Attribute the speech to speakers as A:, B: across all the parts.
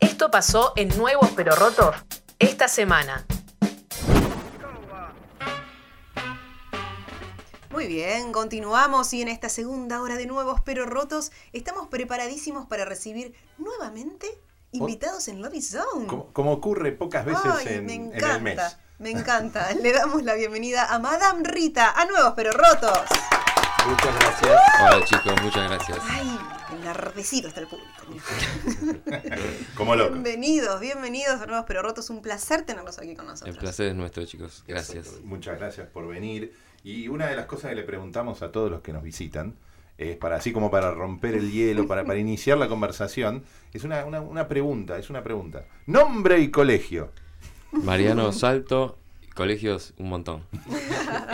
A: Esto pasó en Nuevos pero Rotos esta semana.
B: Muy bien, continuamos y en esta segunda hora de Nuevos pero Rotos estamos preparadísimos para recibir nuevamente invitados en Lobby Zone.
C: Oh. Como, como ocurre pocas veces
B: Ay,
C: en,
B: me
C: en
B: encanta,
C: el mes.
B: me encanta. Le damos la bienvenida a Madame Rita, a Nuevos pero Rotos.
C: Muchas gracias.
D: Hola chicos, muchas gracias.
B: Ay, enardecido está el público. mira.
C: Como loco.
B: Bienvenidos, bienvenidos a Nuevos pero Rotos. Un placer tenerlos aquí con nosotros.
D: El placer es nuestro chicos, gracias.
C: Muchas gracias por venir. Y una de las cosas que le preguntamos a todos los que nos visitan, es para así como para romper el hielo, para, para iniciar la conversación, es una, una- una pregunta, es una pregunta. Nombre y colegio.
D: Mariano Salto, colegios un montón.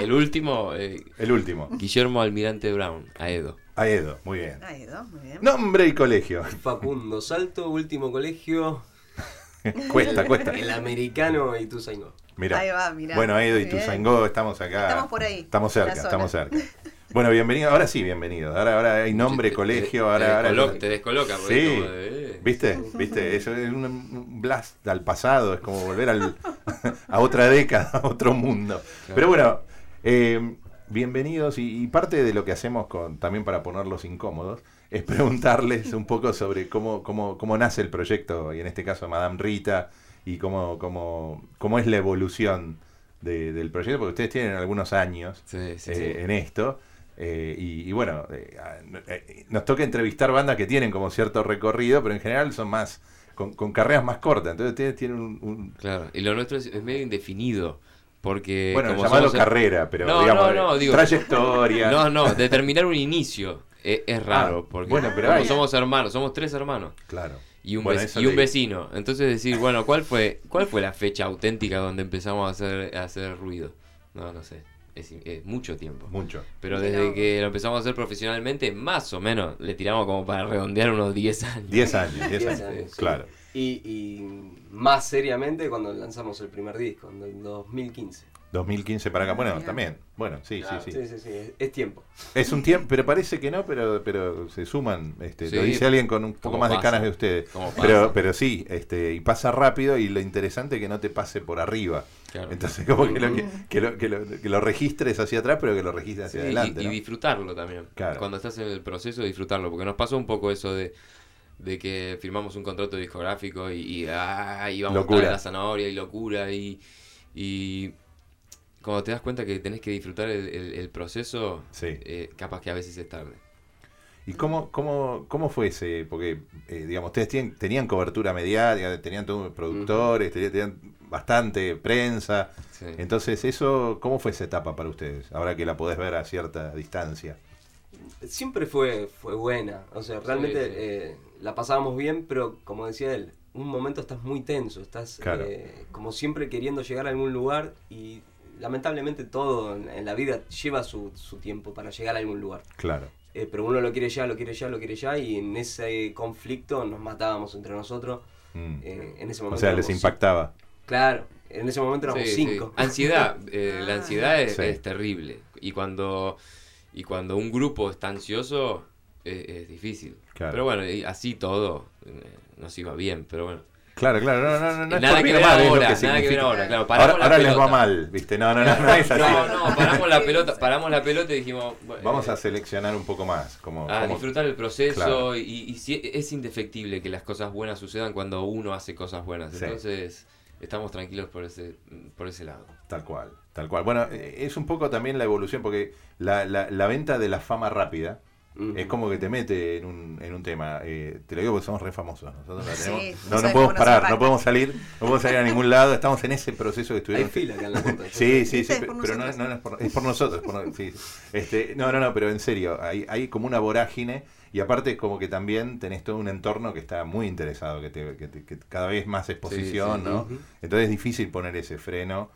D: El último, eh,
C: El último.
D: Guillermo Almirante Brown, Aedo.
C: Aedo, muy bien.
B: Ay, dos, muy bien.
C: Nombre y colegio.
E: Facundo Salto, último colegio,
C: cuesta, cuesta.
E: el americano y tú
C: Mirá.
B: Ahí va, mirá.
C: Bueno, Edo y
B: Muy bien.
C: Tuzangó, estamos acá.
B: Estamos por ahí,
C: Estamos
B: en la
C: cerca,
B: zona.
C: estamos cerca. Bueno, bienvenido. Ahora sí, bienvenido. Ahora, ahora hay nombre,
D: Te- te-
C: colegio,
D: te
C: ahora... ahora-
D: descolo- eh, te descoloca, porque
C: Sí.
D: es como de- eh.
C: ¿Viste? ¿Viste? Eso es un- un blast al pasado, es como volver al, a otra década, a otro mundo. Pero bueno, eh, bienvenidos y, y parte de lo que hacemos con, también para ponerlos incómodos es preguntarles un poco sobre cómo, cómo, cómo nace el proyecto y en este caso Madame Rita y cómo, cómo, cómo es la evolución de- del proyecto, porque ustedes tienen algunos años
D: Sí, sí,
C: eh,
D: sí.
C: en esto. Eh, y, y bueno, eh, a- no- eh, nos toca entrevistar bandas que tienen como cierto recorrido, pero en general son más con, con carreras más cortas. Entonces ustedes tienen un. un-
D: Claro, y lo nuestro es, es medio indefinido, porque...
C: bueno,
D: Eh, como
C: llamarlo
D: somos-
C: carrera, pero
D: No,
C: digamos,
D: no, no,
C: eh,
D: digo-
C: trayectoria.
D: No, no, determinar un inicio es, es raro,
C: Ah,
D: porque
C: bueno, pero
D: como
C: hay-
D: somos hermanos, somos tres hermanos.
C: Claro.
D: Y un,
C: Bueno,
D: vec-
C: eso
D: y un
C: le-
D: vecino. Entonces decir, bueno, ¿cuál fue cuál fue la fecha auténtica donde empezamos a hacer, a hacer ruido? No, no sé. Es, es mucho tiempo.
C: Mucho.
D: Pero
B: Pero-
D: desde que lo empezamos a hacer profesionalmente, más o menos, le tiramos como para redondear unos 10 años.
C: 10 años, 10 años.
E: años,
C: Claro.
E: Y, y más seriamente cuando lanzamos el primer disco, en el 2015.
C: 2015 para acá. Bueno,
B: Mirá.
C: también. Bueno, sí,
E: Claro,
C: sí, sí.
E: sí, sí, es, es tiempo.
C: Es un tiempo, pero parece que no, pero, pero se suman. Este, Lo
D: Sí.
C: dice alguien con un poco
D: Como
C: más de
D: pasa.
C: canas de ustedes.
D: Como pasa.
C: Pero, pero sí, este, y pasa rápido y lo interesante es que no te pase por arriba.
D: Claro.
C: Entonces, como que lo, que, que lo, que lo- que lo registres hacia atrás, pero que lo registres hacia
D: Sí, y-
C: adelante.
D: y,
C: ¿no?
D: disfrutarlo también.
C: Claro.
D: Cuando estás en el proceso, disfrutarlo. Porque nos pasó un poco eso de, de que firmamos un contrato discográfico y, y, ah, y vamos
C: Locura.
D: a la zanahoria y locura. Y, y cuando te das cuenta que tenés que disfrutar el, el- el proceso,
C: Sí.
D: eh, capaz que a veces es tarde.
C: ¿Y cómo, cómo, cómo fue ese? Porque, eh, digamos, ustedes tienen- tenían cobertura mediática, tenían todos productores, tenían, tenían bastante prensa.
D: Sí.
C: Entonces, eso ¿cómo fue esa etapa para ustedes? Ahora que la podés ver a cierta distancia.
E: Siempre fue, fue buena, o sea, realmente
D: Sí, sí.
E: eh, la pasábamos bien, pero como decía él, un momento estás muy tenso, estás
C: Claro.
E: eh, como siempre queriendo llegar a algún lugar y lamentablemente todo en, en la vida lleva su, su tiempo para llegar a algún lugar.
C: Claro.
E: Eh, pero uno lo quiere ya, lo quiere ya, lo quiere ya, y en ese conflicto nos matábamos entre nosotros.
C: Mm.
E: Eh, en ese
C: o
E: momento
C: sea, les
E: éramos
C: impactaba.
E: cinco. Claro, en ese momento éramos
D: Sí, sí.
E: cinco.
D: Ansiedad, eh, la ansiedad es,
C: Sí.
D: es terrible. Y cuando, y cuando un grupo está ansioso, es, es difícil.
C: Claro.
D: Pero bueno, y así todo eh, nos iba bien, pero bueno.
C: Claro, claro, no, no, no, no. es
D: nada
C: por
D: que
C: mí
D: ver
C: nomás, es lo que
D: ahora, nada que ver
C: significa.
D: ahora, claro,
C: Ahora,
D: paramos la
C: ahora les va
D: pelota.
C: mal, ¿viste? No, no, no, no es así.
D: No, no, paramos la pelota, paramos la pelota y dijimos, bueno,
C: Vamos
D: eh,
C: a seleccionar un poco más. Como,
D: a
C: como-
D: disfrutar el proceso
C: Claro.
D: y, y si- e, es indefectible que las cosas buenas sucedan cuando uno hace cosas buenas.
C: Sí.
D: Entonces, estamos tranquilos por ese, por ese lado.
C: Tal cual, tal cual. Bueno, eh, es un poco también la evolución, porque la, la- la venta de la fama rápida
E: Ujú.
C: es como que te mete en un, en un tema. Eh, te lo digo porque somos re famosos. Nosotros la
B: Sí,
C: tenemos-
B: tú
C: no,
B: sabes
C: no
B: cómo
C: podemos
B: nos
C: parar,
B: impacta.
C: no podemos salir, no podemos salir a ningún lado. Estamos en ese proceso que
E: Hay
C: estuvieron.
E: fila acá en la puerta.
C: Sí, sí, sí,
B: Esta es
C: pe-
B: por
C: pero no,
B: nosotros.
C: no, no es, por, es por nosotros. por no- sí, sí. Este, no, no, no, pero en serio, hay, hay como una vorágine y aparte es como que también tenés todo un entorno que está muy interesado, que, te- que te- que cada vez más exposición,
D: sí,
C: ¿no?
E: ujú.
C: Entonces es difícil poner ese freno.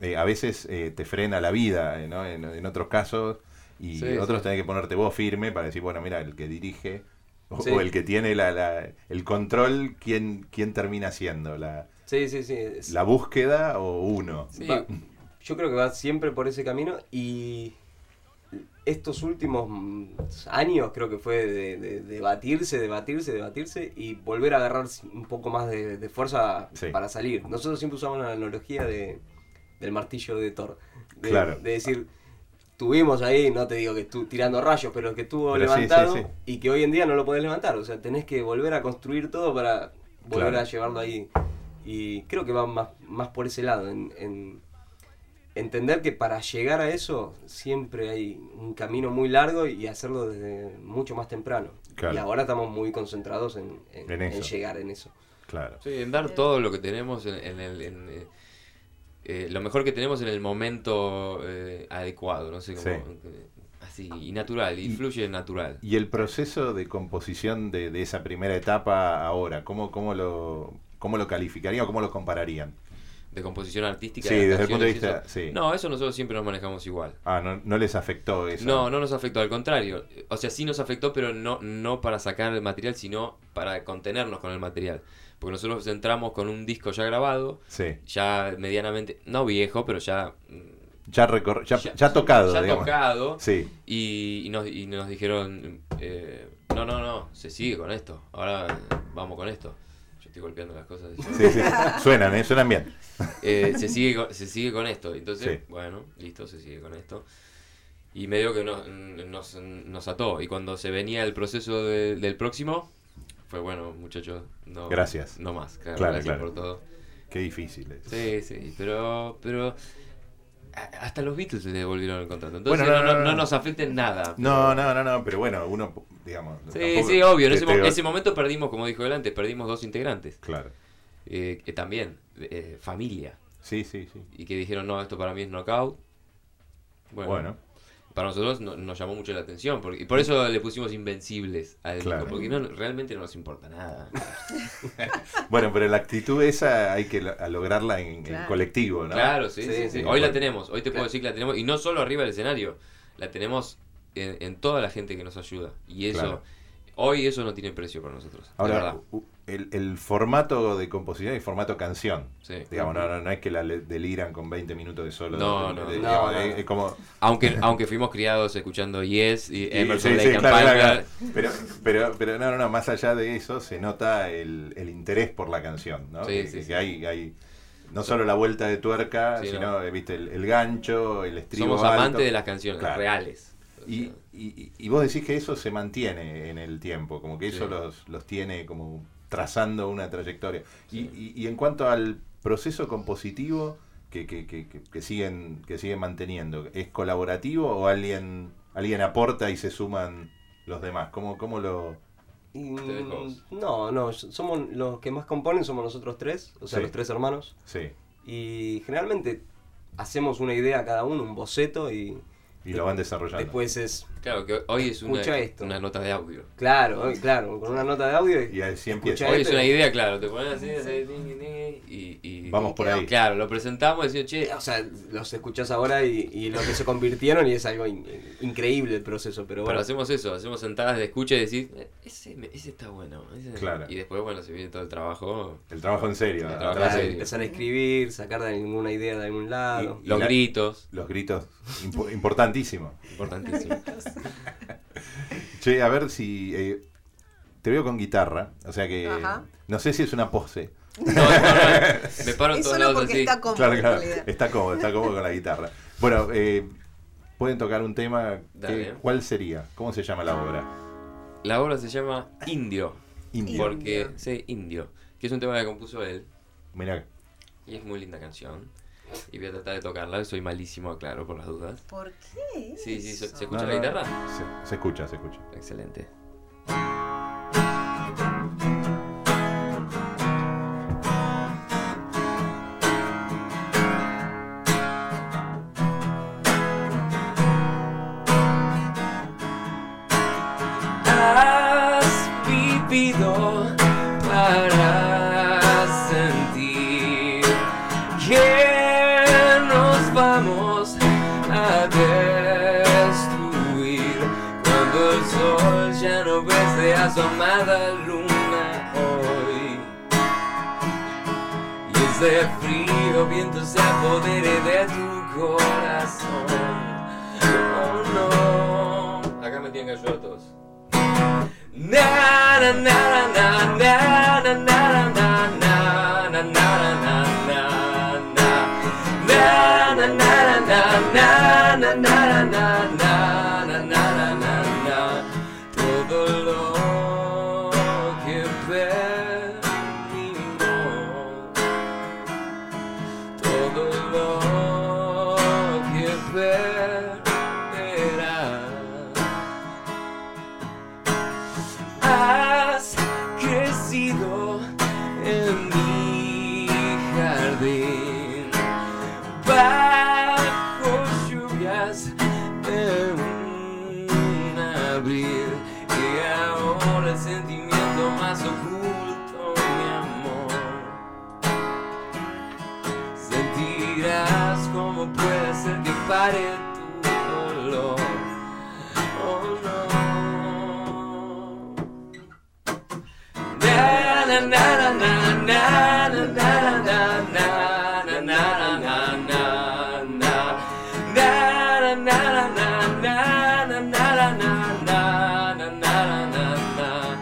C: Eh, a veces eh, te frena la vida, eh, ¿no? En, en otros casos, y
D: Sí,
C: otros
D: sí.
C: tenés que ponerte vos firme para decir, bueno, mira, el que dirige o,
E: Sí.
C: o el que tiene la, la- el control, ¿quién, quién termina siendo? ¿La,
E: Sí, sí, sí. es-
C: la búsqueda o uno?
D: Sí.
E: va- yo creo que va siempre por ese camino y estos últimos mm, años creo que fue de, de- debatirse, debatirse, debatirse y volver a agarrar un poco más de, de fuerza
C: Sí.
E: para salir. Nosotros siempre usamos la analogía de, del martillo de Thor. De,
C: Claro.
E: de decir, tuvimos ahí, no te digo que estuvo tirando rayos, pero que estuvo
C: Pero sí,
E: levantado
C: sí, sí.
E: y que hoy en día no lo podés levantar. O sea, tenés que volver a construir todo para volver
C: Claro.
E: a llevarlo ahí. Y creo que va más, más por ese lado, en, en entender que para llegar a eso siempre hay un camino muy largo y hacerlo desde mucho más temprano.
C: Claro.
E: Y ahora estamos muy concentrados en, en-
C: En
E: en
C: eso.
E: llegar en eso.
C: Claro.
D: Sí, en dar todo lo que tenemos en, en el... en, eh, eh, lo mejor que tenemos en el momento eh, adecuado, no sé, como,
C: Sí.
D: eh, así, y natural, y,
C: Y-
D: fluye natural.
C: Y el proceso de composición de, de esa primera etapa ahora, ¿cómo, cómo, lo, ¿cómo lo calificarían o cómo lo compararían?
D: de composición artística.
C: Sí,
D: de
C: desde el punto de
D: canciones,
C: vista,
D: eso.
C: sí.
D: No, eso nosotros siempre nos manejamos igual.
C: Ah, no, no les afectó eso.
D: No, no nos afectó, al contrario. O sea, sí nos afectó, pero no, no para sacar el material, sino para contenernos con el material. Porque nosotros entramos con un disco ya grabado,
C: Sí.
D: ya medianamente, no viejo, pero ya... mm,
C: Ya, recor- ya,
D: Ya-
C: ya tocado,
D: ya
C: digamos.
D: tocado.
C: Sí.
D: Y, y nos, y nos dijeron, eh, no, no, no, se sigue con esto. Ahora eh, vamos con esto. Yo estoy golpeando las cosas.
C: Sí, sí. Suenan, ¿eh? Suenan bien.
D: Eh, se, sigue con, se sigue con esto. Entonces,
C: Sí.
D: bueno, listo, se sigue con esto. Y medio que nos, nos, nos ató. Y cuando se venía el proceso de- del próximo, fue bueno, muchachos. No,
C: Gracias.
D: No más, claro,
C: Claro,
D: gracias
C: claro.
D: por todo.
C: Qué difícil es.
D: Sí, sí, pero. pero a- hasta los Beatles le devolvieron el contrato. Entonces
C: Bueno,
D: no, no- no nos afecta en nada.
C: No, no, no, no, pero bueno, uno, digamos.
D: Sí,
C: tampoco
D: sí, obvio. En
C: te-
D: ese,
C: te-
D: mo- ese momento perdimos, como dijo él antes, perdimos dos integrantes.
C: Claro.
D: Eh, que también, eh, familia.
C: Sí, sí, sí.
D: Y que dijeron, no, esto para mí es knockout.
C: Bueno,
D: para nosotros no- nos llamó mucho la atención porque, y por eso le pusimos invencibles al disco,
C: Claro.
D: porque no, realmente no nos importa nada
C: bueno, pero la actitud esa hay que lo- a lograrla en, en
B: Claro.
C: colectivo, ¿no?
D: claro sí
E: Sí,
D: sí, sí,
E: sí,
D: hoy
C: bueno.
D: la tenemos hoy te puedo decir que la tenemos y no solo arriba del escenario la tenemos en, en toda la gente que nos ayuda y eso
C: Claro.
D: hoy eso no tiene precio para nosotros de
C: Ahora,
D: verdad.
C: u- el, el formato de composición y formato canción.
D: Sí.
C: Digamos, no, no, no es que la le- deliran con 20 minutos de solo.
D: No,
C: de-
D: no.
C: de-
E: No,
C: digamos,
E: no.
C: Es, es como.
D: aunque aunque fuimos criados escuchando Yes y Emerson
C: sí, sí,
D: Lake and
C: claro, claro,
D: Palmer,
C: claro. Pero, pero, pero no, no, no, más allá de eso se nota el, el interés por la canción, ¿no?
D: Sí,
C: que,
D: sí,
C: que
D: sí.
C: Hay, hay no solo la vuelta de tuerca,
D: Sí,
C: sino
D: no.
C: eh, viste el, el gancho, el estribo.
D: somos
C: alto.
D: amantes de las canciones
C: Claro.
D: reales O
C: Y,
D: sea,
C: y- y vos decís que eso se mantiene en el tiempo, como que eso
D: Sí.
C: los, los tiene como trazando una trayectoria. Y-
D: Sí.
C: Y, y en cuanto al proceso compositivo que, que- que- que- que siguen, que siguen manteniendo, ¿es colaborativo o alguien, alguien aporta y se suman los demás? ¿Cómo, cómo lo...?
E: Y, mm,
D: Ustedes dos.
E: no, no, somos los que más componen, somos nosotros tres, o sea,
C: Sí.
E: los tres hermanos.
C: Sí,
E: Y generalmente hacemos una idea cada uno, un boceto y
C: y lo van desarrollando.
E: después es
D: claro que hoy es una,
E: Escucha esto.
D: una nota de audio
E: Claro, eh, claro, con una nota de audio.
C: y
E: Y,
C: así
E: Escucha
C: empieza.
E: esto.
D: Hoy es una idea, claro, te ponen así, así, tin, tin, tin, y, y-
C: Vamos por ahí.
D: Claro, lo presentamos y decimos, che,
E: eh, o sea, los escuchás ahora y, y lo que se convirtieron y es algo in- eh, increíble el proceso, pero
D: bueno,
E: bueno.
D: hacemos eso, hacemos sentadas de escucha y decís, "Eh, ese, me- ese está bueno. ese-
C: Claro.
D: Y después, bueno, se viene todo el trabajo,
C: El trabajo en serio.
D: El
C: ¿no?
D: trabajo en
E: claro,
D: sí.
E: empezar a escribir, sacar de alguna idea de algún lado.
C: Y-
D: los
C: la-
D: gritos,
C: Los gritos, impo- importantísimo.
D: importantísimo.
C: Che, a ver si. eh, te veo con guitarra, o sea que.
B: Ajá.
C: No sé si es una pose.
D: No, no, no, me paro en
B: Es
D: todos
B: solo
D: lados
B: porque
D: así.
B: está cómodo
C: claro,
B: en
C: claro.
B: realidad.
C: Está cómodo, está cómodo con la guitarra. Bueno, eh, pueden tocar un tema. que-
D: Dale.
C: ¿Cuál sería? ¿Cómo se llama la
B: Ah.
C: obra?
D: La obra se llama Indio,
C: Indio.
D: porque, sí, Indio, que es un tema que compuso él,
C: Mirá,
D: y es muy linda canción. Y voy a tratar de tocarla, soy malísimo, claro, por las dudas.
B: ¿Por qué?
D: Sí, sí, ¿se,
B: eso?
D: se escucha
C: No,
D: la
C: no,
D: guitarra?
C: se, se escucha, se escucha.
D: Excelente. Has vivido para sentir que nos vamos a destruir cuando el sol ya no ve se asomada luna hoy y ese frío viento se apodere de tu corazón. Oh no. tienen que ayudar a todos. Na, na, na, na, na, na, na, na, na, na, na, na, na, na, na. Na, na, na, na, na, na, na, na, na, na, na, na, na, na. Todo lo que perdimos todo lo que perderás. Has crecido en mi jardín bajo lluvias de un abril y ahora el sentimiento más oculto, mi amor. Sentirás cómo puede ser que pare tu dolor. Oh no. Na na na na na na na na na na na na na na na. Na, na, na, na, na, na, na, na, na, na, na, na, na, na.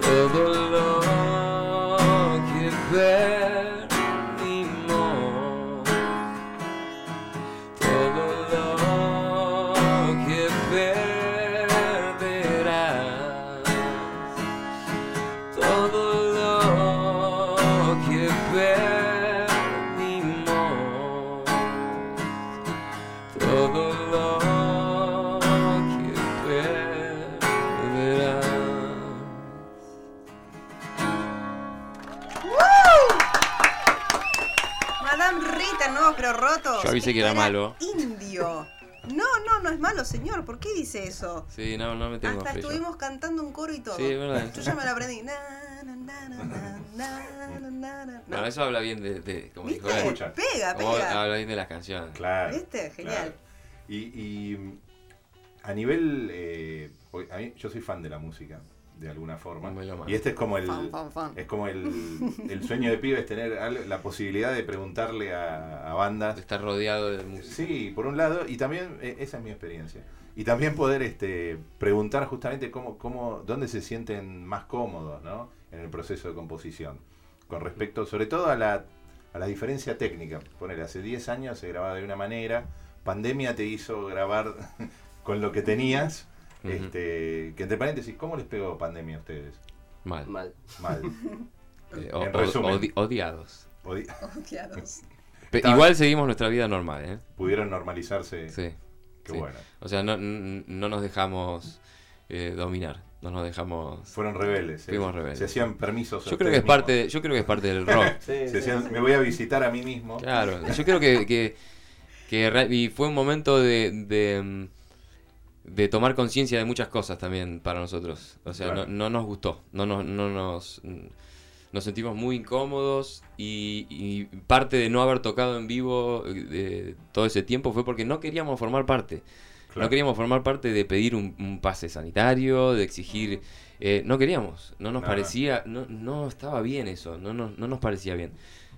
D: Todo lo que perdimos, todo lo que perderás, todo lo que perdimos. Todo lo que perderás.
B: Madame Rita, nuevos pero rotos.
D: Yo avisé que era malo.
B: Indio. No, no, no es malo, señor. ¿Por qué dice eso?
D: Sí, no, no me tengo
B: Hasta
D: fe yo.
B: estuvimos cantando un coro y todo.
D: Sí, es verdad.
B: Yo ya me lo aprendí. Na, na, na, na, na, na, na, na.
D: Bueno, eso habla bien de, de- como dijo él.
B: ¿Viste?
C: escucha.
B: Pega,
D: Como
B: pega.
D: habla bien de las canciones.
C: Claro.
B: ¿Viste? Genial.
C: claro. Y, y, mm, a nivel. eh, hoy- a mí- yo soy fan de la música, de alguna forma.
D: Me lo mando.
C: Y este es como el.
B: Fan, fan, fan.
C: Es como el, el sueño de pibes tener al- la posibilidad de preguntarle a, a bandas.
D: Está rodeado de música.
C: Sí, por un lado, y también eh, esa es mi experiencia. Y también poder este, preguntar justamente cómo, cómo, dónde se sienten más cómodos ¿no? en el proceso de composición. Con respecto, sobre todo, a la, a la diferencia técnica. Ponele, hace 10 años se grababa de una manera, pandemia te hizo grabar con lo que tenías.
D: Ujú.
C: este, que entre paréntesis, ¿cómo les pegó pandemia a ustedes?
D: Mal.
E: Mal.
C: Mal.
D: Eh, o-
C: En
D: o-
C: resumen.
D: odi- odiados.
C: Podi-
B: Odiados.
D: Pe-
C: Está-
D: igual seguimos nuestra vida normal, ¿eh?
C: Pudieron normalizarse.
D: Sí.
C: Qué
D: sí.
C: bueno.
D: O sea, no, n- no nos dejamos eh, dominar. No nos dejamos.
C: Fueron rebeldes. se-
D: Fuimos rebeldes.
C: Se hacían permisos. a
D: Yo creo
C: ustedes
D: que es parte,
C: mismos.
D: de- yo creo que es parte del rock.
E: Sí,
C: Se
E: sí.
C: decían, me voy a visitar a mí mismo.
D: Claro, yo creo que, que, que re- y fue un momento de, de, mm, de tomar conciencia de muchas cosas también para nosotros. O sea,
C: Claro.
D: no, no nos gustó, no, nos- no nos, mm, nos sentimos muy incómodos y, y parte de no haber tocado en vivo eh, de todo ese tiempo fue porque no queríamos formar parte.
C: Claro.
D: No queríamos formar parte de pedir un, un pase sanitario, de exigir... eh, no queríamos, no nos
C: No, no.
D: parecía, no, no estaba bien eso, no, nos- no nos parecía bien.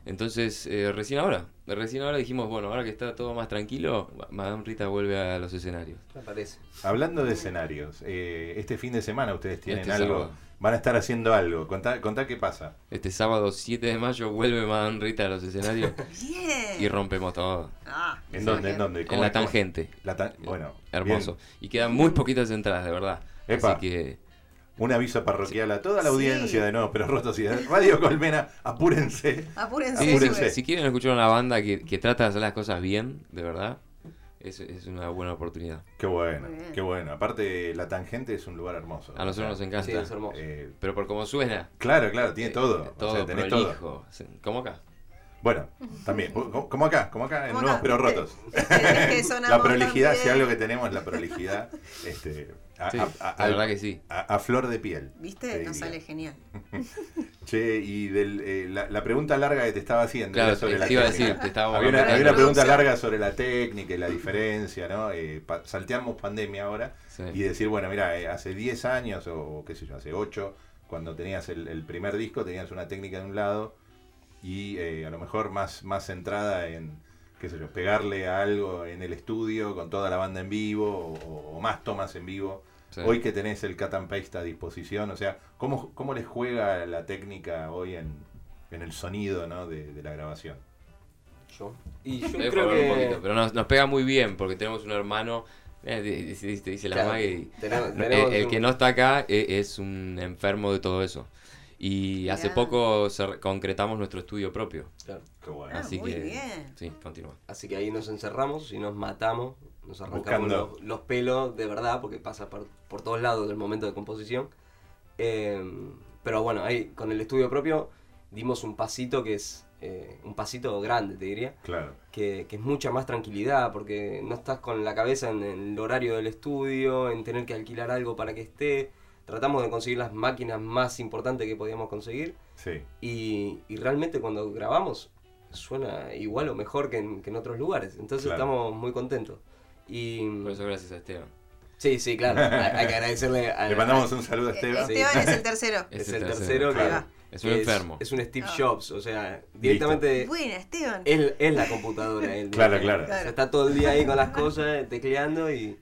D: Entonces, eh, recién ahora, recién ahora dijimos, bueno, ahora que está todo más tranquilo, Madame Rita vuelve a los escenarios.
E: Me parece.
C: Hablando de escenarios, eh, este fin de semana ustedes tienen
D: Este
C: algo.
D: sábado.
C: Van a estar haciendo algo. Contá, contá qué pasa.
D: Este sábado 7 de mayo vuelve Madame Rita a los escenarios
B: Bien.
D: y rompemos todo.
B: Ah,
C: ¿En
B: sí,
C: dónde?
B: bien.
C: ¿En dónde?
D: En
C: ¿Cómo
D: la
C: es? ¿Cómo?
D: tangente.
C: La tan- Bueno,
D: Hermoso.
C: bien.
D: Y quedan muy poquitas entradas, de verdad.
C: Epa.
D: Así que
C: Un aviso parroquial a toda la
B: Sí.
C: audiencia de nuevo, pero rotos y de Radio Colmena, apúrense.
B: Apúrense.
D: Sí, sí,
C: Apúrense.
D: si quieren escuchar una banda que, que trata de hacer las cosas bien, de verdad, es, es una buena oportunidad.
C: Qué bueno,
B: Muy bien.
C: qué bueno. Aparte, la tangente es un lugar hermoso.
D: A nosotros nos encanta.
E: Sí, es hermoso.
C: Eh,
D: pero por cómo suena.
C: claro, claro, tiene
D: eh,
C: todo. O
D: Todo
C: sea, tenés todo.
D: prolijo. Sí, Como acá.
C: Bueno, también, como como acá, como acá, en
B: Como
C: Nuevos
B: acá,
C: Pero
B: ¿viste?
C: Rotos.
B: Es que sonamos
C: La prolijidad,
B: también.
C: si algo que tenemos es la prolijidad, este, a,
D: Sí,
C: a- a-
D: la verdad que sí.
C: a- a flor de piel. te
B: ¿Viste? Nos
C: diría.
B: sale genial.
C: Che, y del, eh, la, la pregunta larga que te estaba haciendo
D: Claro,
C: era sobre
D: te
C: la
D: iba a
C: técnica.
D: decir, te estábamos
C: había una,
D: hablando.
C: había una pregunta
B: Producción.
C: larga sobre la técnica y la diferencia, ¿no? Eh, pa- salteamos pandemia ahora
D: Sí.
C: y decir, bueno, mira, eh, hace 10 años o, o qué sé yo, hace 8, cuando tenías el, el primer disco, tenías una técnica de un lado y eh, a lo mejor más, más centrada en, qué sé yo, pegarle a algo en el estudio con toda la banda en vivo o, o más tomas en vivo.
D: Sí.
C: Hoy que tenés el cut and paste a disposición, o sea, ¿cómo, cómo les juega la técnica hoy en, en el sonido ¿no? de, de la grabación?
E: Yo. Y yo
D: Debe
E: creo
D: jugar
E: que.
D: un poquito, pero nos, nos pega muy bien porque tenemos un hermano, eh, di- di- di- te dice la
E: Claro,
D: Maggie,
E: tenemos-
D: eh,
E: tenemos
D: el,
E: un-
D: que no está acá e- es, un enfermo de todo eso. Y hace
B: Mirá.
D: poco cer- concretamos nuestro estudio propio.
E: Claro.
C: Qué bueno.
B: Ah,
D: Así
B: muy
D: que,
B: bien.
D: sí, continúa.
E: Así que ahí nos encerramos y nos matamos, nos arrancamos
C: Buscando.
E: los, los pelos de verdad, porque pasa por, por todos lados del momento de composición. Eh, pero bueno, ahí con el estudio propio dimos un pasito que es eh, un pasito grande, te diría,
C: Claro.
E: que, que es mucha más tranquilidad, porque no estás con la cabeza en el horario del estudio, en tener que alquilar algo para que esté. Tratamos de conseguir las máquinas más importantes que podíamos conseguir.
C: Sí.
E: Y, y realmente cuando grabamos suena igual o mejor que en, que en otros lugares. Entonces
C: Claro.
E: estamos muy contentos. Y,
D: Por eso gracias a Esteban.
E: sí, sí, claro. Hay, hay que agradecerle
D: Ah.
E: a...
C: Le mandamos un saludo a Esteban.
E: sí.
B: Esteban es el tercero.
E: Es el tercero
C: claro.
E: que...
D: Es un
E: que
D: enfermo.
E: Es, un Steve
B: Ah.
E: Jobs, o sea,
D: Este
E: directamente...
B: Buena, Esteban.
E: Él es la computadora. él.
C: Claro, claro.
E: O sea, está todo el día ahí con las cosas, tecleando y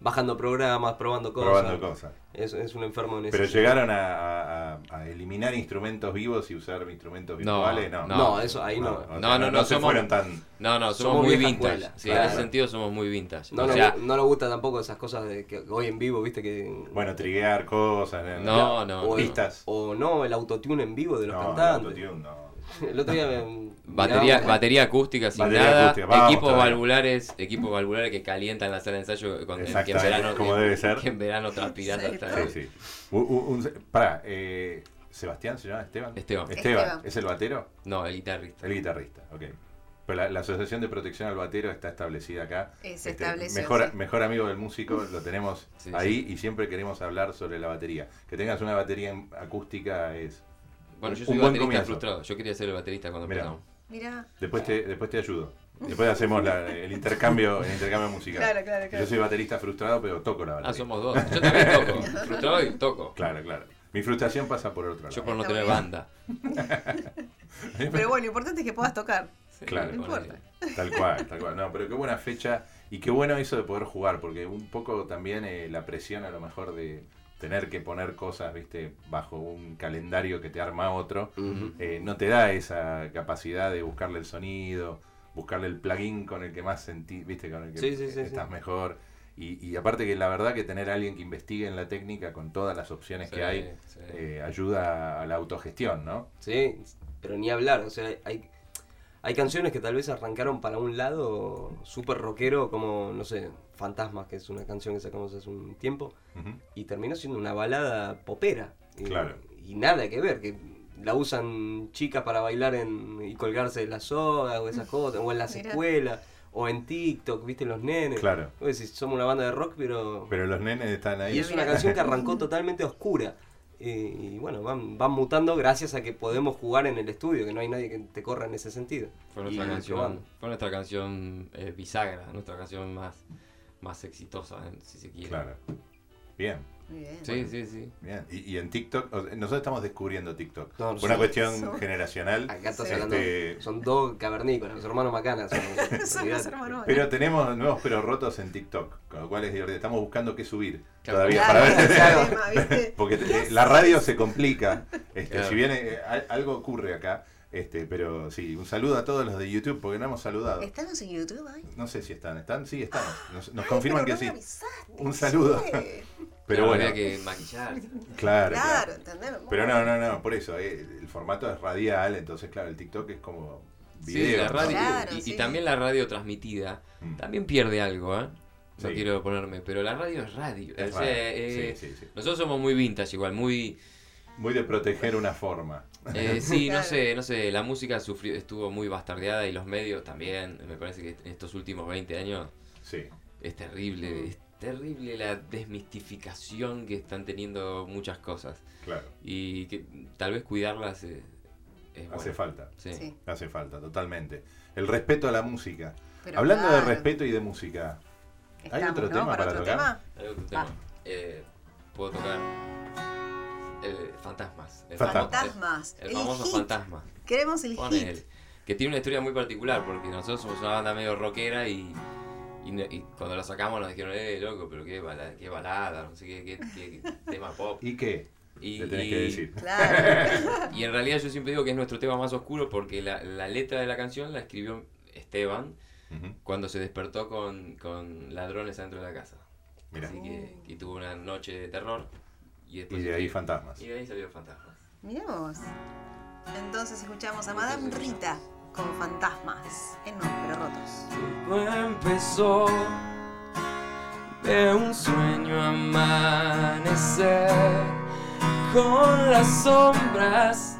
E: bajando programas, probando cosas.
C: Probando cosas.
E: Es, es un enfermo en ese
C: Pero
E: sentido.
C: llegaron a, a- a eliminar instrumentos vivos y usar instrumentos
D: No,
C: virtuales, no.
E: No, eso ahí no.
C: o sea,
D: No, no, no,
C: se
D: somos-
C: fueron tan.
D: No, no, somos,
E: Somos
D: muy
E: vieja
D: vintage.
E: escuela,
D: Sí, en
E: claro.
D: ese sentido somos muy vintage.
E: No,
D: o
E: nos
D: sea,
E: gu- no le gustan tampoco esas cosas de que hoy en vivo, viste que...
C: Bueno, triguear cosas.
D: No, no, no.
E: o,
C: Pistas.
E: o no, el autotune en vivo de los
C: No,
E: cantantes.
C: autotune, no.
E: El otro día me-
D: Batería,
E: miraba-
D: batería acústica sin
C: Batería
D: nada,
C: acústica, vamos
D: equipos
C: todavía.
D: valvulares, equipos valvulares que calientan la sala de ensayo cuando que en
C: Exactamente,
D: verano
C: como
D: que-
C: debe ser.
D: que en verano transpirás hasta
B: Exacto.
D: el-
C: Sí, sí. U- u- un- pará, eh, ¿Sebastián se llama Esteban?
D: Esteban.
B: Esteban.
C: ¿Es el batero?
D: No, el guitarrista.
C: El guitarrista, ok. Pero la, la Asociación de Protección al Batero está establecida acá. Este,
B: Eh, se estableció,
C: mejor,
B: sí.
C: mejor amigo del músico, lo tenemos
D: Sí,
C: ahí y siempre queremos hablar sobre la batería. Que tengas una batería en- acústica es...
D: Bueno, yo
C: Un
D: soy
C: buen
D: baterista
C: comienzo.
D: frustrado. Yo quería ser el baterista cuando
C: Mirá.
D: empezamos.
B: Mirá.
C: Después te, después te ayudo. Después hacemos la- el intercambio el intercambio musical.
B: Claro, claro, claro.
C: Yo soy baterista frustrado, pero toco la batería.
D: Ah, somos dos. Yo también toco. frustrado y toco.
C: Claro, claro. Mi frustración pasa por otro lado.
D: Yo por no
B: Está
D: tener
B: bien.
D: banda.
B: Pero bueno, lo importante es que puedas tocar.
C: Claro.
D: Sí,
B: No
D: ponele.
B: importa.
C: Tal cual, tal cual. No, pero qué buena fecha y qué bueno eso de poder jugar, porque un poco también eh, la presión a lo mejor de tener que poner cosas, viste, bajo un calendario que te arma otro,
E: Ujú.
C: eh, no te da esa capacidad de buscarle el sonido, buscarle el plugin con el que más sentís, viste, con el que
E: Sí, sí, sí,
C: estás
E: sí.
C: mejor. Y, y aparte que la verdad que tener a alguien que investigue en la técnica con todas las opciones
D: Sí,
C: que hay
D: sí.
C: eh, ayuda a la autogestión, ¿no?
E: Sí, pero ni hablar, o sea, hay, hay canciones que tal vez arrancaron para un lado súper rockero, como, no sé, Fantasmas, que es una canción que sacamos hace un tiempo,
C: Ujú.
E: y terminó siendo una balada popera. Y,
C: Claro.
E: Y nada que ver, que la usan chicas para bailar en, y colgarse de las sogas o esas cosas, o en las
B: Mirá.
E: escuelas, o en TikTok, viste, los nenes.
C: Claro.
E: Vos decís, somos una banda de rock, pero...
C: Pero los nenes están ahí.
E: Y es una canción que arrancó totalmente oscura. Y, y bueno, van, van mutando gracias a que podemos jugar en el estudio, que no hay nadie que te corra en ese sentido.
D: Fue nuestra
E: Y
D: canción,
E: probando.
D: fue nuestra canción eh, bisagra, nuestra canción más, más exitosa, eh, si se quiere.
C: Claro. Bien.
B: Muy bien.
D: Sí, sí, sí.
C: Bien, y, y en TikTok, o sea, nosotros estamos descubriendo TikTok.
E: No,
C: Por
E: sí.
C: una cuestión
B: Somos-
C: generacional.
E: Acá estás
B: Sí.
E: hablando.
C: Este-
E: Son dos cavernícolas, los hermanos Macanas. Son,
B: Son los
E: olvidate.
B: hermanos.
C: Pero tenemos nuevos pero rotos en TikTok, con lo cual es divertido. Estamos buscando qué subir
D: Claro.
C: todavía
B: Claro,
C: para ver.
B: ese es el tema, ¿viste?
C: Porque
B: ¿Qué
C: te-
B: haces?
C: la radio se complica. Este,
D: Claro.
C: Si bien eh, al- algo ocurre acá, este, pero sí, un saludo a todos los de YouTube porque no hemos saludado.
B: ¿Estamos en YouTube ahí?
C: No sé si están, ¿están? Sí, estamos. Nos, nos confirman que
B: Pero no
C: sí.
B: me avisaste,
C: Un saludo.
B: che.
C: Pero bueno,
D: había que maquillar.
B: Claro,
C: claro, claro.
B: ¿entendés?
C: Pero no, no, no, por eso, eh, el formato es radial, entonces claro, el TikTok es como video.
D: sí, la
C: ¿no?
D: radio.
B: Claro,
D: y, y
B: sí.
D: también la radio transmitida
C: Mm.
D: también pierde algo, ¿eh? No
C: Sí.
D: quiero ponerme, pero la radio es radio.
C: Es
D: O sea,
C: raro.
D: eh,
C: Sí, sí, sí.
D: Nosotros somos muy vintage igual, muy...
C: Muy de proteger una forma.
D: eh, sí, no
B: Claro.
D: sé, no sé, la música sufrió, estuvo muy bastardeada y los medios también, me parece que en estos últimos 20 años
C: Sí.
D: es
C: Mm.
D: terrible, es terrible la desmistificación que están teniendo muchas cosas
C: Claro,
D: y que tal vez cuidarlas eh, es
C: hace
D: bueno.
C: falta,
D: Sí.
B: Sí,
C: hace falta, totalmente. El respeto a la música.
B: pero
C: Hablando de
B: claro.
C: respeto y de música, ¿hay
B: Estamos,
C: otro
B: ¿no?
C: tema para
B: otro
C: tocar?
B: tema?
D: Hay otro tema.
B: Ah.
D: Eh, puedo tocar eh, Fantasmas. El
C: Fantasmas.
D: famoso-
B: Fantasmas.
D: El, el famoso
B: hit.
D: Fantasma.
B: Queremos el
D: Pone
B: hit.
D: él. Que tiene una historia muy particular porque nosotros somos una banda medio rockera y, Y, no- y cuando la sacamos nos dijeron, eh, loco, pero qué balada, qué balada no sé qué, qué, qué- qué tema pop.
C: ¿Y qué?
D: Y,
C: Le tenés
D: y-
C: que decir.
B: Claro.
D: y en realidad yo siempre digo que es nuestro tema más oscuro porque la, la letra de la canción la escribió Esteban
C: Ujú,
D: cuando se despertó con, con ladrones adentro de la casa.
C: Mirá.
D: Así que, que tuvo una noche de terror y después
C: Y de ahí fantasmas.
D: y de ahí salió Fantasma.
B: Mirá vos. Entonces escuchamos a Madame Rita con fantasmas en Nuevos Pero Rotos.
D: Todo empezó de un sueño amanecer con las sombras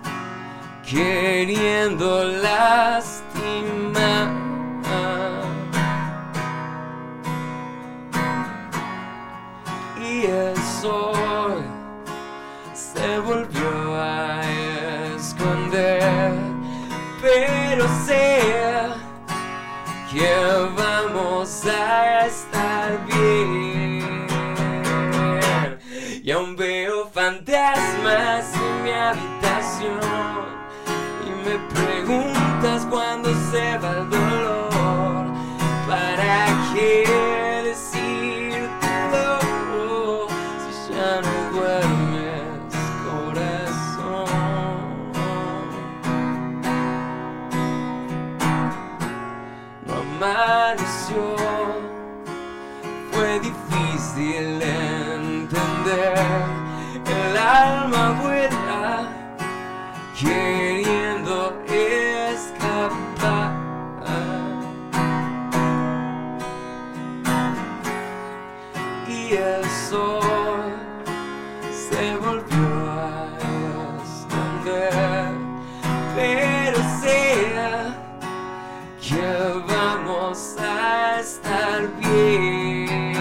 D: queriendo lastimar. Y el sol se volvió a esconder, pero sea que vamos a estar bien. Y aún veo fantasmas en mi habitación. Y me preguntas cuándo se va el dolor. ¿Para qué decir todo si ya no duermes, corazón? no amaneció. Fue difícil entender, el alma vuela queriendo escapar. Y el sol se volvió a esconder, pero sea que vamos a estar bien.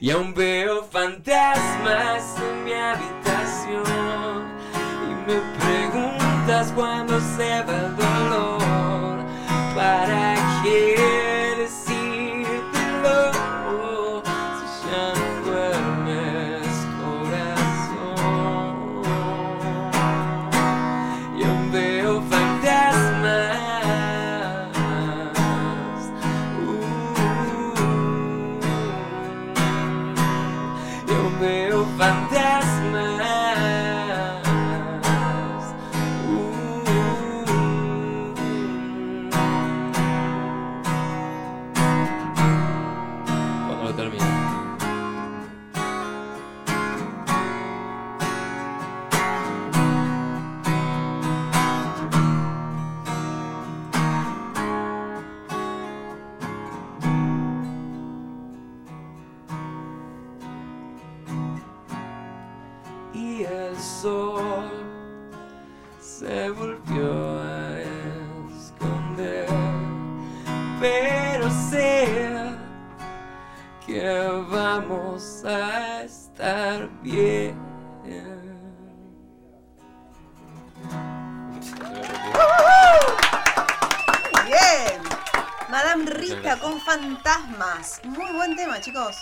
D: Y aún veo fantasmas en mi habitación. Y me preguntas cuándo se va el dolor. ¿Para qué decírtelo? Si ya no duermes, corazón. Yo veo fantasmas. Uh, yo veo fantasmas. Uh. Cuando lo termine. y el sol se volvió a esconder. Pero sé que vamos a estar bien.
B: Bien. Madame Rita
D: gracias.
B: con fantasmas. Muy buen tema, chicos.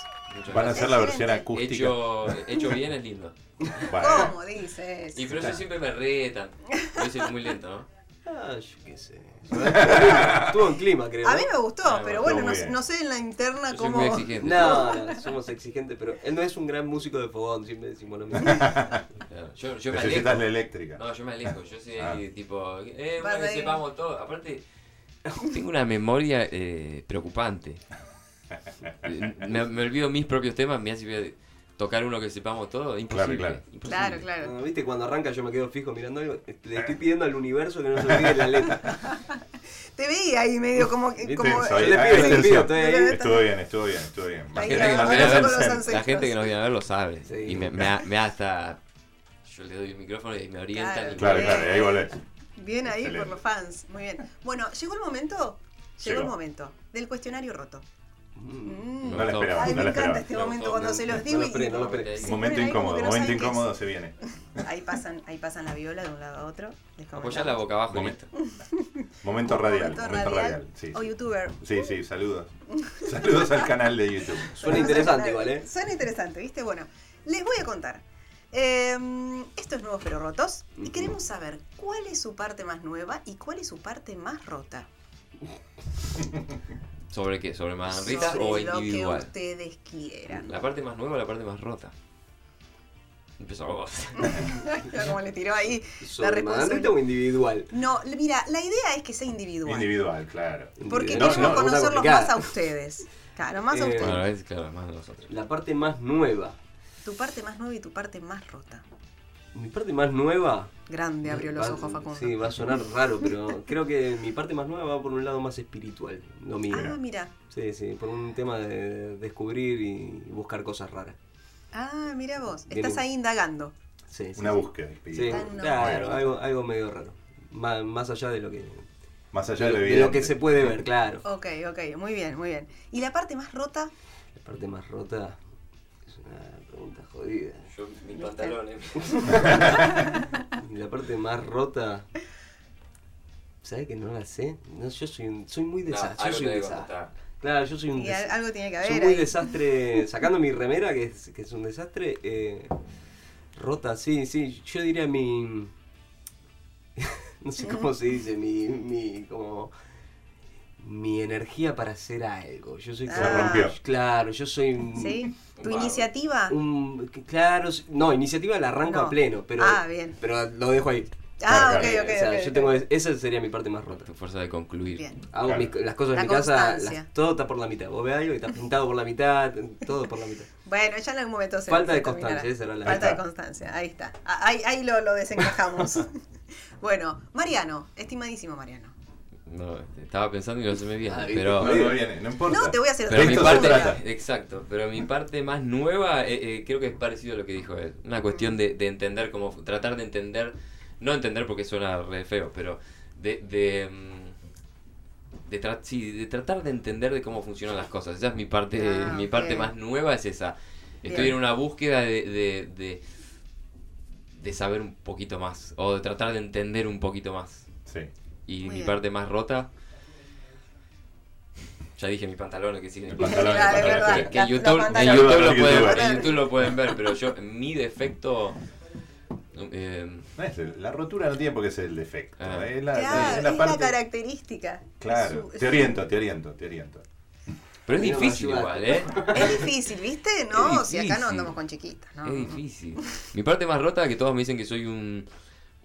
C: Van a hacer la versión
B: Excelente.
C: acústica.
D: Hecho, hecho bien es lindo.
C: Bueno. ¿eh?
B: ¿Cómo dices?
D: Y pero eso siempre me retan. Yo soy muy lento, ¿no?
E: Ah, yo qué sé. Estuvo en clima, creo.
B: A mí me gustó,
D: Ah,
B: pero bueno,
C: bueno,
B: no,
C: muy bien.
B: no sé en la interna
D: Yo soy
B: cómo.
D: muy exigente.
E: No, no, somos exigentes, pero él no es un gran músico de fogón, siempre decimos lo mismo.
D: Claro, Yo, yo me
C: Necesitas
D: alejo.
C: la eléctrica.
D: No, yo me alejo, yo soy
C: Ah.
D: tipo, eh,
B: Vas
D: una que
B: ahí.
D: sepamos todo. Aparte, tengo una memoria eh, preocupante. Eh, Me, me olvido mis propios temas, me hace voy a tocar uno que sepamos todo, imposible.
C: claro.
D: imposible.
B: Claro, claro.
E: Ah, ¿Viste? Cuando arranca yo me quedo fijo mirando algo. este, Le estoy pidiendo al universo que no se olvide la letra.
B: Te vi ahí medio como.
C: Viste,
B: como
C: soy-
E: Yo le
C: ah,
E: pido,
C: es
E: le
C: el
E: pido,
C: sol.
E: estoy ahí.
C: Estuvo bien, estuvo bien, estuvo bien.
D: La
B: Ahí
D: gente,
B: está, ahora
D: que nos viene a ver,
B: con los
D: la
B: ancestros.
D: gente que nos viene a ver lo sabe.
E: Sí.
D: Y me, me, ha- me hasta. Yo le doy el micrófono y me orientan.
B: Claro.
D: y-
C: Claro, claro, ahí volvés.
B: Bien ahí por
C: Excelente.
B: los fans. Muy bien. Bueno, llegó el momento. Llegó,
C: Llegó.
B: el momento del cuestionario roto.
E: Mm,
B: Mm.
C: No la esperaba,
B: Ay,
C: no
B: me encanta
C: la esperaba.
B: este
D: No,
B: momento
D: no,
B: cuando
D: no,
B: se
D: no,
B: los
D: no
B: digo.
E: lo
B: y-
E: esperé, no lo esperé.
D: Sí,
C: Momento
B: ponen ahí como
C: incómodo,
B: que no
C: momento
B: saben qué
C: incómodo se viene.
B: Ahí pasan, ahí pasan la viola de un lado a otro. Les
D: Apoyá
B: comentamos.
D: la boca abajo.
C: Momento.
D: listo.
C: Momento radial, momento
B: radial.
C: radial. Sí,
B: O
C: sí.
B: youtuber.
C: Sí, sí, saludos. Saludos al canal de YouTube.
E: Suena
B: Vamos a
E: interesante
B: hablar-
E: igual, ¿eh?
B: Suena interesante, ¿viste? Bueno, les voy a contar. Eh, esto es Nuevos Pero Rotos. Y
E: Ujú.
B: queremos saber cuál es su parte más nueva y cuál es su parte más rota.
D: ¿Sobre qué? ¿Sobre Madame Rita
B: sobre
D: o
B: lo que
D: individual?
B: ustedes quieran.
D: La parte más nueva o la parte más rota. Empezó vos.
B: Como le tiró ahí la
E: ¿Sobre Madrid o
B: responsabilidad.
E: individual?
B: No, mira, la idea es que sea individual.
C: Individual, claro.
B: Porque
E: No,
B: queremos
E: no, una
B: conocerlos
E: complicada.
B: más a ustedes. Claro, más a
E: Eh,
B: ustedes.
D: Bueno, es claro, más nosotros.
E: La parte más nueva.
B: Tu parte más nueva y tu parte más rota.
E: Mi parte más nueva.
B: Grande abrió los
E: va-
B: ojos Facundo.
E: Sí, va a sonar raro, pero creo que mi parte más nueva va por un lado más espiritual, lo mío.
B: ah, mira.
E: Sí, sí, por un tema de descubrir y buscar cosas raras.
B: Ah, mira vos.
E: Viene-
B: Estás ahí indagando.
E: Sí, sí,
C: Una
E: sí.
C: búsqueda
E: Sí,
C: espiritual.
B: Está en una
E: claro,
B: búsqueda.
E: algo, algo medio raro. Má- Más, allá de lo que
C: Más allá
E: de,
C: de lo,
E: de lo que
C: evidente.
E: se puede ver, claro.
B: Ok, ok. Muy bien, muy bien. ¿Y la parte más rota?
E: La parte más rota es una pregunta jodida.
D: Yo, mis pantalones.
E: La parte más rota. ¿Sabes que no la sé? No, yo soy, un- soy muy desastre. yo soy un desastre. Claro, yo soy un
B: Y al-
E: desastre.
B: algo tiene que
E: Soy
B: haber
E: muy
B: ahí.
E: desastre. Sacando mi remera, que es, que es un desastre. eh, rota, sí, sí. Yo diría mi. no sé cómo se dice. Mi. mi como. Mi energía para hacer algo. Yo soy
B: Se
E: como-
C: rompió.
E: Claro, yo soy un-
B: ¿Sí? ¿Tu
D: Wow.
B: iniciativa?
E: un- que- claro, s- no, iniciativa la
B: No.
E: arranco a pleno, pero,
B: Ah, bien.
E: pero lo dejo ahí.
B: Ah,
C: Claro,
B: ok,
C: claro.
B: ok.
E: o sea,
B: ok,
E: yo
B: ok.
E: tengo, es- esa sería mi parte más rota.
D: Tu fuerza de concluir.
B: Bien.
E: Hago
C: Claro.
E: mis- las cosas
B: La
E: en mi casa,
B: constancia.
E: las- todo está por la mitad. Vos ves algo y está pintado por la mitad, todo por la mitad.
B: Bueno, ya en algún momento se
E: Falta
B: se
E: de constancia,
B: terminará.
E: esa era la-
B: Falta
C: Ahí
B: de
C: está.
B: constancia, ahí está. Ah, Ahí, ahí lo, lo desencajamos. bueno, Mariano, estimadísimo Mariano.
D: No, este, estaba pensando y no se me viene.
E: Ah, ¿viste?
D: pero,
C: No, no viene, no importa.
B: No, te voy a hacer
D: pero mi
C: esto se
D: parte.
C: trata.
D: Exacto. Pero mi parte más nueva eh, eh, creo que es parecido a lo que dijo él. Una cuestión de, de entender, como tratar de entender. No entender porque suena re feo, pero de. de mm, de, tra- sí, de tratar de entender de cómo funcionan las cosas. Esa es mi parte, eh,
B: Ah,
D: mi parte
B: ok.
D: más nueva es esa. Estoy
B: Bien.
D: en una búsqueda de, de, de, de saber un poquito más. O de tratar de entender un poquito más.
C: Sí.
D: Y
B: Muy
D: mi
B: bien.
D: parte más rota. Ya dije mis pantalones que siguen.
C: El pantalón, el
B: Claro, es
C: pantalón,
B: verdad.
C: sí.
D: Que
B: La-
D: en YouTube,
B: la
D: en
B: pantalla.
D: YouTube
C: Saludos a
D: lo
C: los
D: pueden,
C: youtubers.
D: en YouTube lo pueden ver, pero yo, mi defecto. eh,
C: No es el- la rotura no tiene por qué ser el defecto. ¿eh?
D: Ah.
C: Es la,
B: Claro,
C: es
B: es
C: la
B: la
C: parte.
B: característica.
C: Claro,
B: Es su-
C: te oriento, te oriento, te oriento.
D: pero es
E: Mira,
D: difícil
E: me
D: igual, ¿eh?
B: Es difícil, ¿viste? No,
D: Es
B: si acá no
D: difícil.
B: andamos con chiquitas, ¿no?
D: Es difícil. Mi parte más rota que todos me dicen que soy un,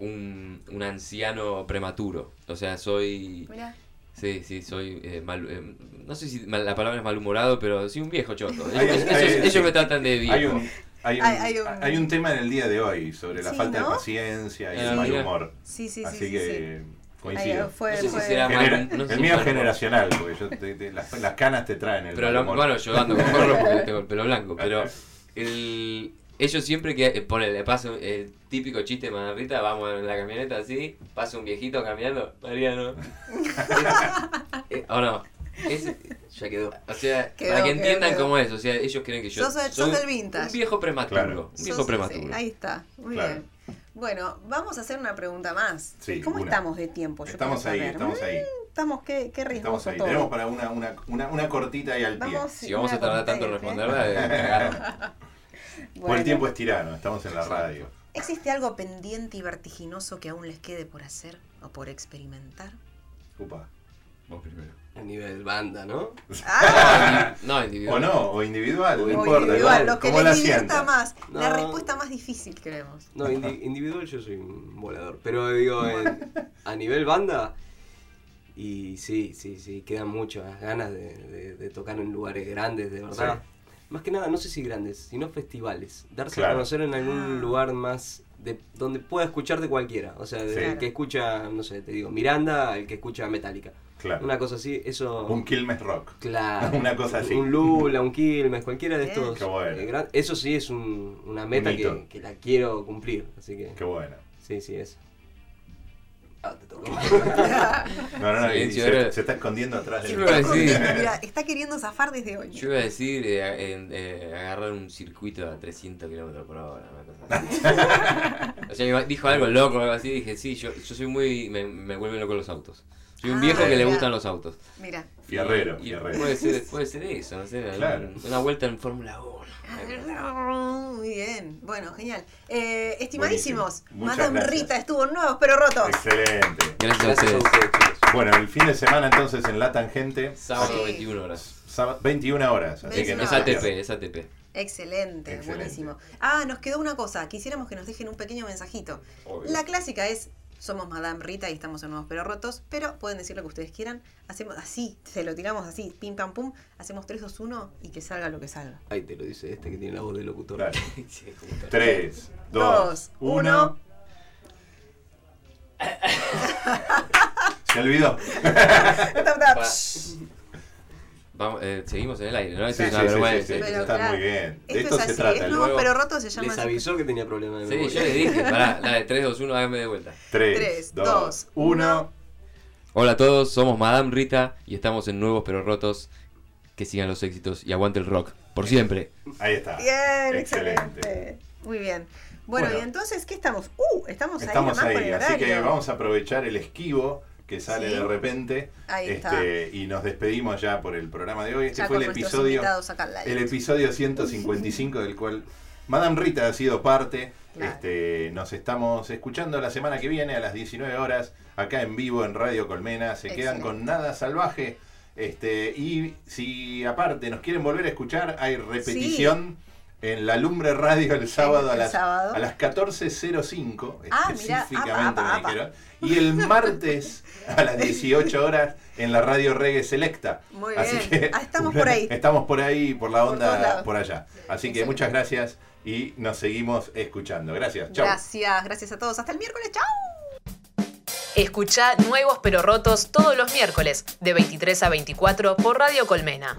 D: un, un anciano prematuro. O sea, soy.
B: Mirá.
D: Sí, sí, soy. eh, mal- eh, no sé si mal- la palabra es malhumorado, pero soy un viejo choto.
C: Hay un-
D: Ellos,
C: hay-
D: ellos- ellos me tratan de viejo.
C: Hay un, hay, un,
B: Hay- hay un-
C: hay un tema en el día de hoy sobre la
B: Sí,
C: falta
B: ¿no?
C: de paciencia y
D: Ah,
C: el mal
D: mira.
C: humor.
B: Sí, sí, sí.
C: Así
B: sí, sí.
C: que
B: Ahí,
C: coincido.
B: fue,
D: No sé si
B: fue-
D: será más-
C: Genera-
D: no sé
C: el
D: si
C: mío es
D: mal-
C: generacional, porque yo te- te- las, las canas te traen el
D: Pero
C: mal
D: lo-
C: humor.
D: bueno, yo ando con gorro porque tengo el pelo blanco. Pero el- ellos siempre que eh, ponele, le pasa el típico chiste de Manarrita, vamos en la camioneta así, pasa un viejito caminando, Mariano. Eh, o no. Es-
E: Ya quedó.
D: o
B: Quedó,
D: sea, para que
B: quedó,
D: entiendan
B: quedó.
D: cómo es, o sea, ellos creen que yo
B: Sos el-
D: soy
B: sos el vintage.
D: un viejo prematuro,
C: Claro.
D: un
B: Sos-
D: viejo
B: sí,
D: prematuro.
B: ahí está, muy
C: Claro.
B: bien. Bueno, vamos a hacer una pregunta más.
C: Sí,
B: ¿Cómo
C: una.
B: estamos de tiempo? Yo
C: estamos
B: quiero
C: ahí,
B: saber.
C: estamos ahí.
B: Mm, Estamos, qué, qué
C: Estamos
B: riesgoso
C: ahí.
B: todo.
C: Tenemos para una, una, una, una cortita y al pie.
B: Vamos,
D: si vamos a
B: una
D: tardar tanto en
B: constante,
D: responderla, eh, cagaron.
B: ¿eh?
C: Por el
B: Bueno.
C: tiempo es tirano, estamos en la radio.
B: ¿Existe algo pendiente y vertiginoso que aún les quede por hacer o por experimentar?
C: Upa.
D: Vos primero.
E: A nivel banda, ¿no?
B: Ah,
D: No, individual.
C: O no, o individual, no
E: O
C: importa.
B: individual,
C: igual,
B: lo que
C: como
B: les
C: la
B: divierta
C: sienta.
B: más. La
E: No.
B: respuesta más difícil que vemos.
E: No, indi- individual yo soy un volador. Pero digo, en- a nivel banda, y sí, sí, sí, quedan muchas ganas de, de- de tocar en lugares grandes, de verdad. Más que nada, no sé si grandes, sino festivales. Darse
C: Claro.
E: a conocer en algún
B: Ah.
E: lugar más de, donde pueda escucharte cualquiera. O sea, desde
C: Sí.
E: el que escucha, no sé, te digo, Miranda, el que escucha Metallica.
C: Claro.
E: Una cosa así,
C: Ah.
E: eso...
C: Un Quilmes Rock.
E: Claro.
C: Una cosa así.
E: Un Lula, un Quilmes, cualquiera de
B: Bien.
E: estos.
C: Qué bueno.
E: eh, gran- Eso sí es un- una meta
C: Un hito.
E: que, que la quiero cumplir. Así que.
C: Qué bueno.
E: Sí, sí, eso. Ah, te tocó.
C: No, no, no, y
D: Silencio,
C: se,
D: era-
C: se está escondiendo atrás
D: Sí,
C: del...
D: lo
B: Está
D: Sí.
B: contento, mirá, está queriendo zafar desde hoy.
D: Yo iba a decir eh, a- en- eh, agarrar un circuito a 300 kilómetros por hora. una cosa así. o sea, iba- dijo algo loco, algo así. Dije, sí, yo, yo soy muy. Me, me vuelven loco los autos. Soy un
B: Ah,
D: viejo que le
B: mira.
D: gustan los autos.
B: Mira.
C: Fierrero,
D: Y- y
C: fierrero.
D: Puede ser, puede ser eso, no sé.
C: Claro.
D: un- Una vuelta en Fórmula 1.
B: Ah, Muy bien. Bueno, genial. Eh, estimadísimos,
C: Buenísimo. Muchas
B: Madame
C: gracias.
B: Rita estuvo en Nuevos pero Rotos.
C: Excelente.
D: Gracias a
E: Gracias a
D: ustedes.
E: ustedes, chicos.
C: Bueno, el fin de semana entonces en La Tangente,
F: Sábado
B: Sí.
F: 21 horas.
C: sábado- 21 horas. así
F: Así que
C: que no
F: es
C: se
F: ATP,
C: pierdan.
F: es ATP.
B: Excelente,
C: Excelente.
B: buenísimo. Ah, nos quedó una cosa. Quisiéramos que nos dejen un pequeño mensajito.
F: Obvio.
B: La clásica es, somos Madame Rita y estamos en Nuevos Pero Rotos, pero pueden decir lo que ustedes quieran. Hacemos así, se lo tiramos así, pim pam pum. Hacemos 3, 2, 1 y que salga lo que salga.
E: Ahí te lo dice este que tiene la voz de locutor.
C: Claro.
F: Sí, como tal.
C: 3,
B: Dos,
C: 2, 1. Se olvidó.
F: Va- Vamos, eh, seguimos en el aire, ¿no? Eso
C: Sí,
F: es una
C: sí, sí,
F: vergüenza.
C: sí, sí,
B: Pero
C: está
B: claro,
C: muy bien. De
B: Esto
C: esto
B: es
C: se
B: así,
C: trata.
B: es
C: el
B: Nuevos
F: luego-
B: Pero Rotos, se llama
E: Les
B: así.
E: avisó que tenía problemas de
F: Sí,
E: memoria.
F: yo le dije, pará, la de 3, 2, 1, hágame de vuelta.
C: 3,
B: Tres,
C: 2,
B: dos,
C: 1.
F: Hola a todos, somos Madame Rita y estamos en Nuevos Pero Rotos. Que sigan los éxitos y aguante el rock, por siempre.
C: Ahí está.
B: Bien, excelente. Muy bien. Bueno,
C: Bueno.
B: y entonces, ¿qué estamos? Uh, estamos, ahí, nomás
C: Estamos
B: con
C: ahí,
B: el
C: así que
B: horario.
C: vamos a aprovechar el esquivo que sale
B: Sí.
C: de repente.
B: Ahí
C: este, y nos despedimos ya por el programa de hoy. Este
B: Ya
C: fue
B: con
C: el
B: nuestros
C: episodio,
B: invitados acá al aire.
C: el episodio 155 del cual Madame Rita ha sido parte.
B: Claro.
C: Este, nos estamos escuchando la semana que viene a las 19 horas acá en vivo en Radio Colmena. Se quedan
B: Excelente.
C: con nada salvaje. Este, y si aparte nos quieren volver a escuchar, hay repetición en la Lumbre Radio el sábado a
B: El
C: las,
B: sábado.
C: a las 14.05
B: Ah, mirá,
C: específicamente
B: apa, apa,
C: me dijeron. Y el martes a las 18 horas en la radio Reggae Selecta.
B: Muy bien. Ah, estamos por ahí.
C: Estamos por ahí, por la
B: Por todos
C: onda,
B: lados.
C: por, allá. Así que
B: Excelente.
C: muchas gracias y nos seguimos escuchando. Gracias. Chau.
B: Gracias, gracias a todos. Hasta el miércoles, chao.
A: Escucha Nuevos Pero Rotos todos los miércoles de 23 a 24 por Radio Colmena.